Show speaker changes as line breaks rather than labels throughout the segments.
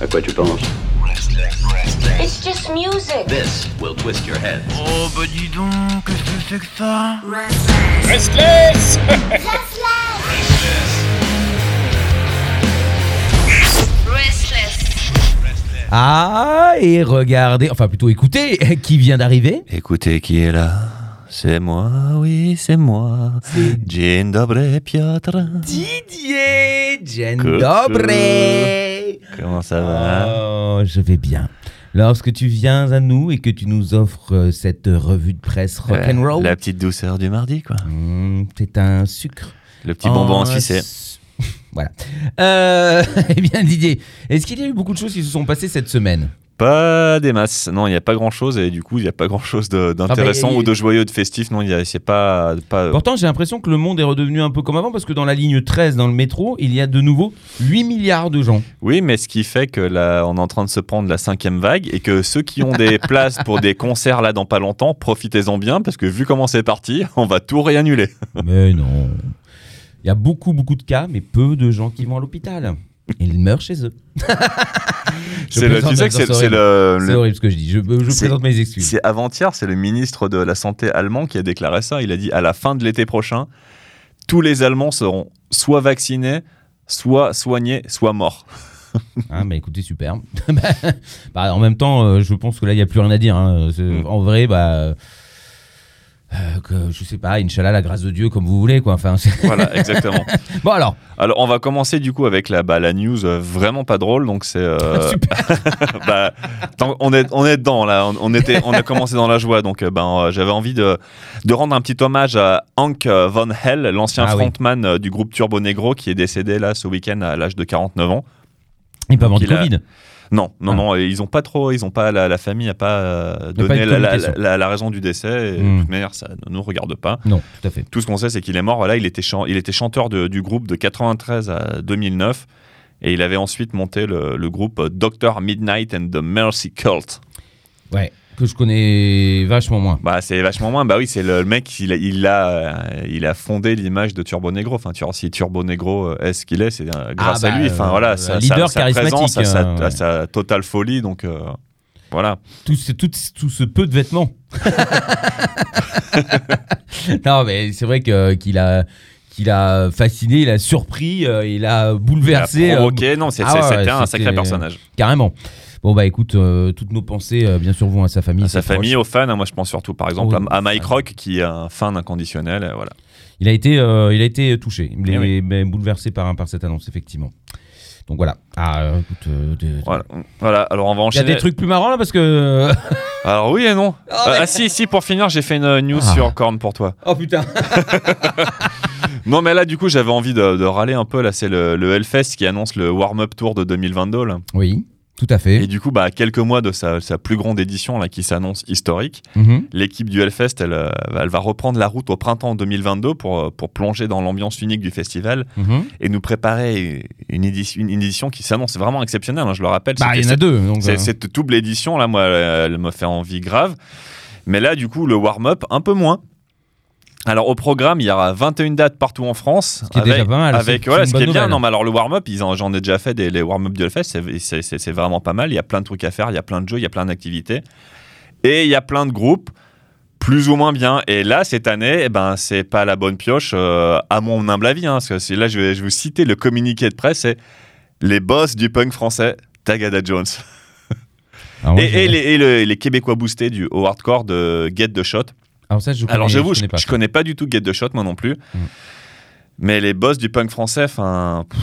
À quoi tu penses
It's just music.
This will twist your head.
Oh bah dis donc, qu'est-ce que c'est que ça
Restless
Ah, et regardez, enfin plutôt écoutez, qui vient d'arriver
Écoutez qui est là. C'est moi, oui, c'est moi. Dzień dobry, Piotr.
Didier Jen
Coucou.
Dobré
Comment ça va
Oh, je vais bien. Lorsque tu viens à nous et que tu nous offres euh, cette revue de presse rock'n'roll,
La petite douceur du mardi, quoi.
mm, c'est un sucre.
Le
Oh,
petit bonbon en
Un
Suisse. eh.
su- Voilà. Euh, eh bien, Didier, est-ce qu'il y a eu beaucoup de choses qui se sont passées cette semaine
Pas des masses. Non, il n'y a pas grand chose et du coup, il n'y a pas grand chose d'intéressant
Ah bah, y-
ou de joyeux, de festif. Non, il y a- c'est pas. pas...
Pourtant, j'ai l'impression que le monde est redevenu un peu comme avant parce que dans la ligne 13, dans le métro, il y a de nouveau 8 milliards de gens.
Oui, mais ce qui fait que là, on est en train de se prendre la cinquième vague et que ceux qui ont des places pour des concerts là dans pas longtemps, profitez-en bien parce que vu comment c'est parti, on va tout réannuler.
Mais non. Il y a beaucoup, beaucoup de cas, mais peu de gens qui vont à l'hôpital. Ils meurent chez eux. Je
C'est le-
plaisante,
tu sais que c'est
c'est
c'est le,
C'est
le-
horrible ce que je dis. Je, je
C'est-
présente mes excuses.
c'est avant-hier, c'est le ministre de la santé allemand qui a déclaré ça. Il a dit à la fin de l'été prochain, tous les Allemands seront soit vaccinés, soit soignés, soit morts.
Ah, bah écoutez, super. Bah, bah, en même temps, euh, je pense que là, il n'y a plus rien à dire. hein. C'est-
Mm.
En vrai, bah. euh, euh, que, je sais pas, Inch'Allah, la grâce de Dieu, comme vous voulez, quoi. Enfin, c'est-
Voilà, exactement.
bon, alors,
Alors, on va commencer du coup avec la, bah, la news euh, vraiment pas drôle. Donc, c'est. euh,
super.
bah, tant- on, est, on est dedans là, on, on était, on a commencé dans la joie, donc euh, ben, euh, j'avais envie de, de rendre un petit hommage à Hank euh, Von Hell, l'ancien
Ah oui.
frontman euh, du groupe Turbo Negro qui est décédé là ce week-end à l'âge de 49 ans.
Il peut avoir du
qu'il a-
Covid.
Non, non,
Ah.
non, ils ont pas trop, ils ont pas, la, la famille n'a pas euh,
de
donné la, la-
communication.
la- la raison du décès, et
Hmm.
de toute manière ça ne nous regarde pas.
Non, tout à fait.
Tout ce qu'on sait, c'est qu'il est mort. Voilà, il était, chan- il était chanteur de- du groupe de 93 à 2009 et il avait ensuite monté le, le groupe euh, Dr Midnight and the Mercy Cult.
Ouais, que je connais vachement moins.
Bah, c'est vachement moins. Bah oui, c'est le le mec, il a, il a, euh, il a fondé l'image de Turbo Negro. Enfin, tu vois, si Turbo Negro euh, est ce qu'il est, c'est euh, grâce
Ah,
à
bah,
lui. Enfin,
euh,
voilà, sa, sa-
leader
sa
charismatique,
présence, à sa,
euh,
à sa totale folie. Donc, euh, voilà.
tout ce, tout, tout ce peu de vêtements. non, mais c'est vrai que qu'il a qu'il a fasciné, il a surpris, euh, il a
Il a
bouleversé euh,
provoqué. non, c'est-
ah
c'est-
ouais,
c'était
ouais,
un
c'était-
sacré personnage.
carrément. Bon bah écoute, euh, toutes nos pensées euh, bien sûr vont à sa famille,
À sa
ses proches.
famille, aux fans. hein, moi, je pense surtout, par exemple,
Oui.
à, à Mike Rock, qui est un fan inconditionnel. euh, Voilà.
Il a été euh, il a été touché, il est
Eh oui.
ben, bouleversé par par cette annonce effectivement. Donc voilà. Ah euh, écoute, euh, de-
voilà. Voilà. Alors, on va
il y a
enchaîner.
des trucs plus marrants là parce que euh,
Alors, oui et non.
Ah,
Euh,
mais-
Ah, si, si, pour finir, j'ai fait une euh, news
Ah.
sur Korn pour toi.
oh putain.
Non, mais là, du coup, j'avais envie de, de râler un peu. Là, c'est le, le Hellfest qui annonce le warm-up tour de 2022. Là.
Oui, tout à fait.
Et du coup, bah, à quelques mois de sa, sa plus grande édition là, qui s'annonce historique,
Mhm.
l'équipe du Hellfest, elle, euh, elle va reprendre la route au printemps 2022 pour, euh, pour plonger dans l'ambiance unique du festival
Mhm.
et nous préparer une édition, une édition qui s'annonce vraiment exceptionnelle. hein, je le rappelle,
Bah,
c'était-
il y en a deux donc
c'est-
euh,
cette double édition, là, moi, elle, elle me fait envie grave. Mais là, du coup, le warm-up, un peu moins. Alors, au programme, il y aura 21 dates partout en France.
qui est déjà pas mal, Ah, c'est-
Avec,
c'est
voilà,
une
ce qui est
bonne
bien.
nouvelle.
Non, mais alors, le warm-up, ils en- j'en ai déjà fait des les warm-up du Hellfest. c'est- C'est c'est- c'est vraiment pas mal. Il y a plein de trucs à faire, il y a plein de jeux, il y a plein d'activités. Et il y a plein de groupes, plus ou moins bien. Et là, cette année, eh ben, c'est pas la bonne pioche, euh, à mon humble avis. hein, parce que c'est- là, je vais, je vais vous citer le communiqué de presse c'est les boss du punk français, Tagada Jones.
Ah alors, Ah, moi, je-
Et, et les, et le- et les Québécois boostés du au hardcore de Get the Shot.
Alors Ah, ça, je connais,
Alors j'avoue, je,
connais pas.
je connais pas du tout Get the Shot, moi non plus.
Mm.
Mais les boss du punk français, enfin. pff,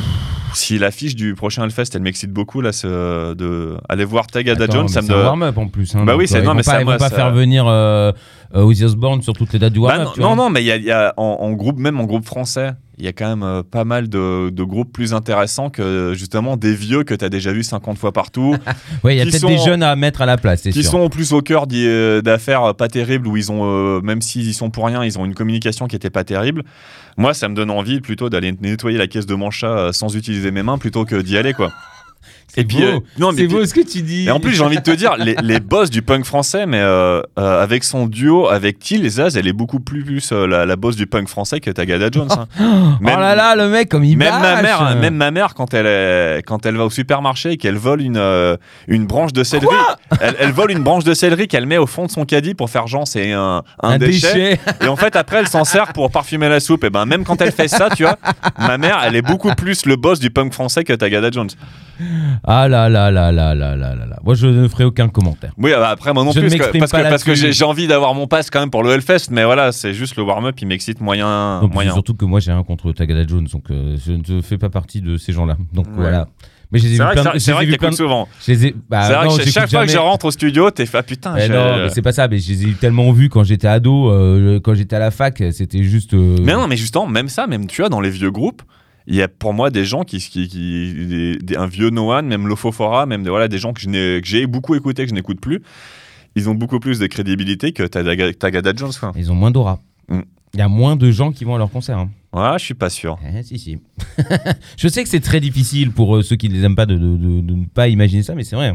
Si l'affiche du prochain Hellfest, elle m'excite beaucoup, là, ce- de aller voir Tagada
Attends,
Jones,
mais
ça me
c'est un
donne-
warm-up en plus. hein,
Bah
donc,
oui, c'est-
euh, ils
non,
vont
mais
pas,
ça,
ils vont
moi,
pas
ça-
faire venir euh, euh, Ozzy Osbourne sur toutes les dates du
Bah
warm-up.
non,
tu vois.
non, non, mais il y a, il y a- en, en groupe, même en groupe français, il y a quand même euh, pas mal de, de groupes plus intéressants que justement des vieux que tu as déjà vu 50 fois partout.
Ouais, il y a
qui
peut-être
sont-
des jeunes à mettre à la place, c'est
qui
sûr.
sont au plus au cœur d'i- euh, d'affaires euh, pas terribles où ils ont euh, même s'ils y sont pour rien ils ont une communication qui était pas terrible moi ça me donne envie plutôt d'aller nettoyer la caisse de mancha euh, sans utiliser mes mains plutôt que d'y aller quoi Et puis, euh, non, mais
oh, c'est
puis-
beau ce que tu dis.
Et en plus, j'ai envie de te dire, les, les boss du punk français, mais euh, euh, avec son duo avec Till, Zaz, elle est beaucoup plus, plus, euh, la, la boss du punk français que Tagada Jones. hein.
oh là là, le mec comme il
même ma
bâche.
mère, hein, même ma mère, quand elle est- quand elle va au supermarché et qu'elle vole une euh, une branche de céleri, elle, elle vole une branche de céleri qu'elle met au fond de son caddie pour faire genre c'est un, un
un
déchet.
déchet.
Et en fait, après, elle s'en sert pour parfumer la soupe. Et ben, même quand elle fait ça, tu vois, ma mère, elle est beaucoup plus le boss du punk français que Tagada Jones.
Ah là là là là là là là là. Moi, je ne ferai aucun commentaire.
Oui, ah bah, après, moi non
Je
plus, parce
ne
que,
m'exprime
parce
pas
que, parce que
là-dessus.
j'ai j'ai envie d'avoir mon pass quand même pour le Hellfest, mais voilà, c'est juste le warm-up, il m'excite moyen.
Donc,
moyen.
surtout que moi, j'ai rien contre Tagada Jones, donc euh, je ne fais pas partie de ces gens-là. Donc
Ouais.
voilà. Mais j'ai vu
C'est vrai, que
plein.
ça-
de-
c'est
j'ai
vrai que
vu plein
t'écoutes
de-
souvent.
je les ai- bah,
c'est vrai
non,
que chaque,
j'écoute
chaque fois que je
jamais.
rentre au studio, t'es fait ah, putain.
Mais
j'ai-
Eh non, mais c'est pas ça. Mais je les ai eu tellement vus quand j'étais ado, euh, quand j'étais à la fac, c'était juste. euh,
Mais non, mais justement, même ça, même tu vois, dans les vieux groupes, il y a pour moi des gens qui. qui, qui- des- des- un vieux Noan, même Lofofora, même des, voilà, des gens que je n'ai- que j'ai beaucoup écouté, que je n'écoute plus. Ils ont beaucoup plus de crédibilité que Tagada, Tagada Jones. Quoi.
Ils ont moins d'aura. Il
Mm.
y a moins de gens qui vont à leur concert. hein.
Ouais, je suis pas sûr.
Eh, si, si. je sais que c'est très difficile pour euh, ceux qui ne les aiment pas de, de- de- de ne pas imaginer ça, mais c'est vrai.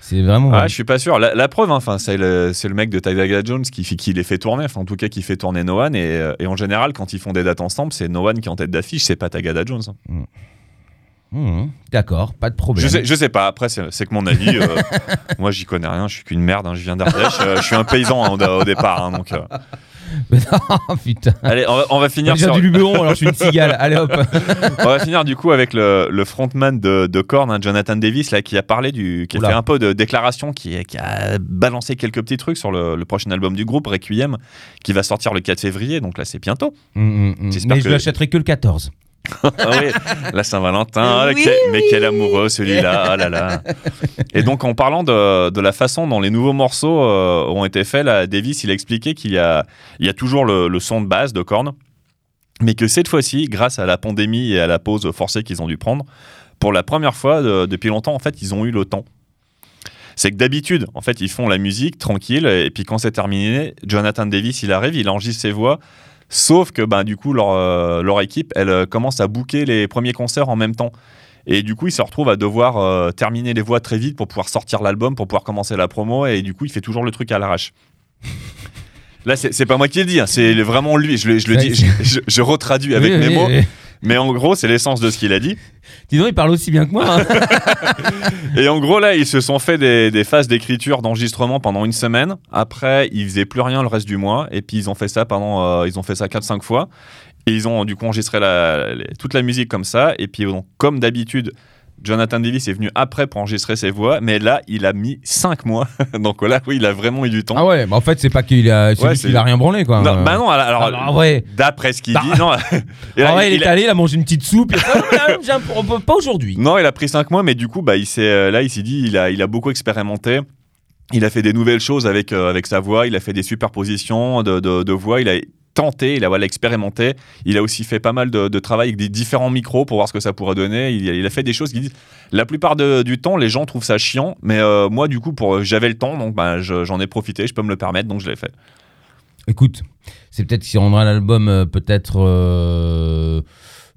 C'est vraiment.
Ah, je suis pas sûr. La, la preuve, hein, enfin, c'est le, c'est le mec de Tagada Jones qui, fait- qui les fait tourner, enfin, en tout cas qui fait tourner Noan. Et, euh, et en général, quand ils font des dates ensemble, c'est Noan qui est en tête d'affiche, c'est pas Tagada Jones. hein.
Mmh, D'accord, pas de problème.
Je sais, je sais pas, après, c'est c'est que mon avis, euh, moi j'y connais rien, je suis qu'une merde, hein, je viens d'Ardèche, euh, je suis un paysan hein, au, au départ. hein, donc, euh.
Ah, putain.
Allez, on va, on va finir
J'ai
sur-
du Luberon, alors je suis une cigale. Allez hop.
on va finir du coup avec le, le frontman de, de Korn, hein, Jonathan Davis, là, qui a parlé du, qui a
Oula.
fait un peu de déclaration, qui, qui a balancé quelques petits trucs sur le, le prochain album du groupe, Requiem, qui va sortir le 4 février, donc là c'est bientôt.
Mmh, mmh, mmh.
J'espère
Mais
que-
je l'achèterai que le 14.
Ah oui, la Saint-Valentin,
Oui.
mais quel- mais quel amoureux celui-là, ah là là. Et donc en parlant de, de la façon dont les nouveaux morceaux euh, ont été faits, là, Davis il a expliqué qu'il y a, il y a toujours le, le son de base de Korn, mais que cette fois-ci, grâce à la pandémie et à la pause forcée qu'ils ont dû prendre, pour la première fois de- depuis longtemps, en fait, ils ont eu le temps. C'est que d'habitude, en fait, ils font la musique tranquille, et puis quand c'est terminé, Jonathan Davis, il arrive, il enregistre ses voix, sauf que ben, du coup, leur, euh, leur équipe, elle euh, commence à booker les premiers concerts en même temps. Et du coup, il se retrouve à devoir euh, terminer les voix très vite pour pouvoir sortir l'album, pour pouvoir commencer la promo, et du coup, il fait toujours le truc à l'arrache. Là, c'est c'est pas moi qui le dis, hein, c'est vraiment lui. Je le, je le dis, je, je- je retraduis avec
Oui,
mes
oui,
mots.
oui.
Mais en gros, c'est l'essence de ce qu'il a dit.
Dis donc, il parle aussi bien que moi. hein.
Et en gros, là, ils se sont fait des, des phases d'écriture, d'enregistrement pendant une semaine. Après, ils faisaient plus rien le reste du mois. Et puis, ils ont fait ça pendant, euh, ils ont fait ça 4-5 fois. Et ils ont du coup enregistré la- les- toute la musique comme ça. Et puis, donc, comme d'habitude, Jonathan Davis est venu après pour enregistrer ses voix. Mais là, il a mis 5 mois. donc là, oui, il a vraiment eu du temps.
ah ouais, bah en fait, c'est pas qu'il a, c'est
Ouais,
juste
c'est-
qu'il a rien branlé quoi.
non, bah non, alors,
Ah, bah, en vrai,
d'après ce qu'il
Bah-
dit, non. Et là,
en vrai, il,
il-
est allé, il a mangé une petite soupe. il a fait, Ah, là, j'ai un- on peut- pas aujourd'hui.
Non, il a pris 5 mois, mais du coup, bah, il s'est, euh, là, il s'est dit, il a, il a beaucoup expérimenté. Il a fait des nouvelles choses avec, euh, avec sa voix, il a fait des superpositions de, de, de voix, il a tenté, il a voilà, expérimenté. Il a aussi fait pas mal de, de travail avec des différents micros pour voir ce que ça pourrait donner. Il, a- il a fait des choses qui disent. La plupart de- du temps, les gens trouvent ça chiant, mais euh, moi, du coup, pour, j'avais le temps, donc bah, je- j'en ai profité, je peux me le permettre, donc je l'ai fait.
Écoute, c'est peut-être qu'il rendra l'album euh, peut-être euh,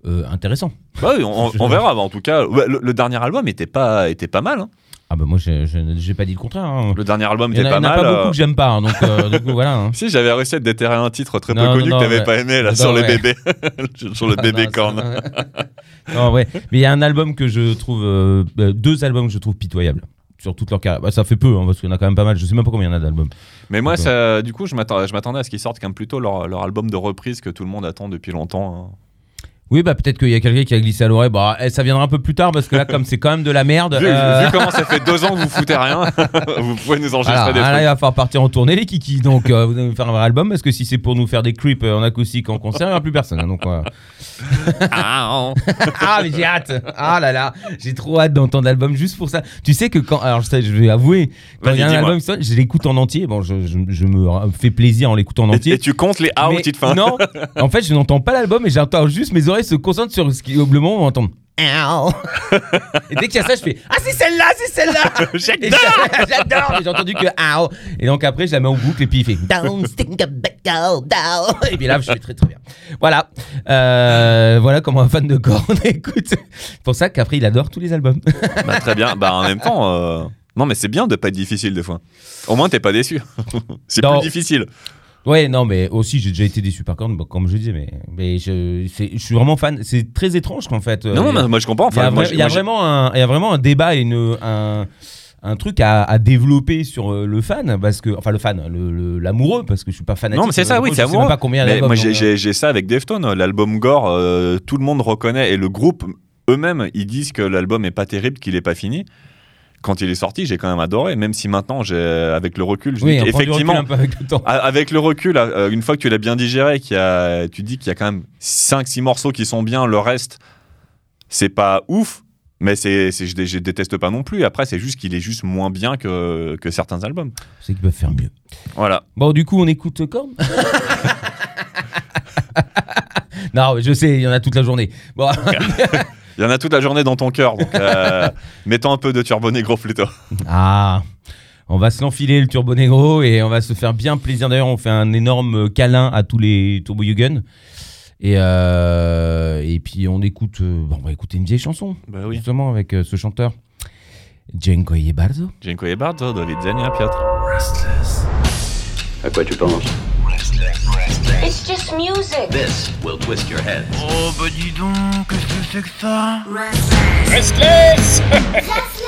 euh, intéressant.
Bah oui, on, on verra, bah, en tout cas. ouais, Le, le dernier album était pas, était pas mal. hein.
Ah bah moi, j'ai- je- j'ai pas dit le contraire. hein.
Le dernier album
Il y en
était
a, il y
pas
en a
mal.
pas
euh,
beaucoup que j'aime pas, hein, donc euh, du coup, voilà. hein.
Si j'avais réussi à te déterrer un titre très
Non,
peu connu
non,
que t'avais
ouais.
pas aimé là
Non,
sur le
ouais.
bébé, sur le
Ah,
bébé
non,
corne.
ça- non, ouais. Mais il y a un album que je trouve. euh, euh, deux albums que je trouve pitoyables. Sur toute leur carrière. Bah, ça fait peu, hein, parce qu'il y en a quand même pas mal. Je sais même pas combien il y en a d'albums.
Mais moi,
D'accord.
ça, du coup, je m'attendais, je m'attendais à ce qu'ils sortent quand même plutôt leur, leur album de reprise que tout le monde attend depuis longtemps. hein.
Oui, bah peut-être qu'il y a quelqu'un qui a glissé à l'oreille. Bah, eh, ça viendra un peu plus tard, parce que là, comme c'est quand même de la merde.
Vu,
euh,
vu comment ça fait deux ans que vous foutez rien, vous pouvez nous enregistrer
voilà,
des
hein, là, il
trucs.
va falloir partir en tournée, les kikis. Donc, euh, vous allez nous faire un vrai album, parce que si c'est pour nous faire des clips euh, en acoustique, en concert, il n'y aura plus personne. hein, donc, euh.
Ah, hein.
Ah, mais j'ai hâte. Ah là là, j'ai trop hâte d'entendre l'album juste pour ça. Tu sais que quand. Alors, ça, je vais avouer, quand
Vas-y,
il y a un
dis-moi.
album, qui sonne, je l'écoute en entier. Bon, je, je- je me fais plaisir en l'écoutant en
Et,
entier.
et tu comptes les A
Mais
au titre Ah, fin.
Non, en fait, je n'entends pas l'album et j'entends juste mes oreilles se concentrent sur ce qui, au moment où on entend. Ow. et dès qu'il y a ça, je fais Ah, c'est celle-là, c'est celle-là Et j'a- J'adore mais J'ai entendu que Ow. Et donc après, je la mets en boucle et puis il fait Down, stinker, down, down. Et puis là, je fais très très bien. Voilà. Euh, voilà comment un fan de gore on écoute. C'est pour ça qu'après, il adore tous les albums.
Bah, très bien. Bah, en même temps, euh, non, mais c'est bien de pas être difficile des fois. Au moins, t'es pas déçu. c'est
Non.
plus difficile.
Ouais, non, mais aussi, j'ai déjà été déçu par Korn, bon, comme je disais, mais, mais je, c'est- je suis vraiment fan. C'est très étrange qu'en fait. euh,
non, non,
il y a-
mais moi, je comprends.
il y a
Enfin, moi,
vra-
je-
il y, a
moi, je-
vraiment un- il y a vraiment un débat et une, un, un truc à, à développer sur euh, le fan, parce que, enfin, le fan, l'amoureux, le, l'amoureux parce que je suis pas fanatique.
Non, mais c'est ça,
donc,
oui,
je
c'est
sais même
amoureux.
pas combien
Mais
d'albums,
moi,
donc,
j'ai-
euh,
j'ai j'ai ça avec Deftones. hein. L'album Gore, euh, tout le monde reconnaît. Et le groupe, eux-mêmes, ils disent que l'album est pas terrible, qu'il est pas fini. Quand il est sorti, j'ai quand même adoré. Même si maintenant, j'ai- avec le recul, je
oui,
dis
on prend du recul
effectivement,
un peu avec le temps.
A- Avec le recul, euh, une fois que tu l'as bien digéré, qu'il y a, tu dis qu'il y a quand même 5-6 morceaux qui sont bien, le reste, c'est pas ouf, mais c'est, c'est- je, dé- je déteste pas non plus. Après, c'est juste qu'il est juste moins bien que, que certains albums.
C'est qu'ils peuvent faire mieux.
Voilà.
Bon, du coup, on écoute Korn Non, mais je sais, il y en a toute la journée. Bon,
Il y en a toute la journée dans ton cœur, donc euh, mettons un peu de Turbo Negro plutôt.
Ah, on va se l'enfiler le Turbo Negro et on va se faire bien plaisir. D'ailleurs, on fait un énorme câlin à tous les Turbo Yugen. Et, euh, et puis on écoute, euh, bon, on va écouter une vieille chanson,
Bah
justement, avec euh, ce chanteur. Dziękuję bardzo.
Dziękuję bardzo, do widzenia, Piotr.
À quoi tu penses
It's just music.
This will twist your head.
Oh bah dis donc, qu'est-ce que c'est que ça
Restless
That's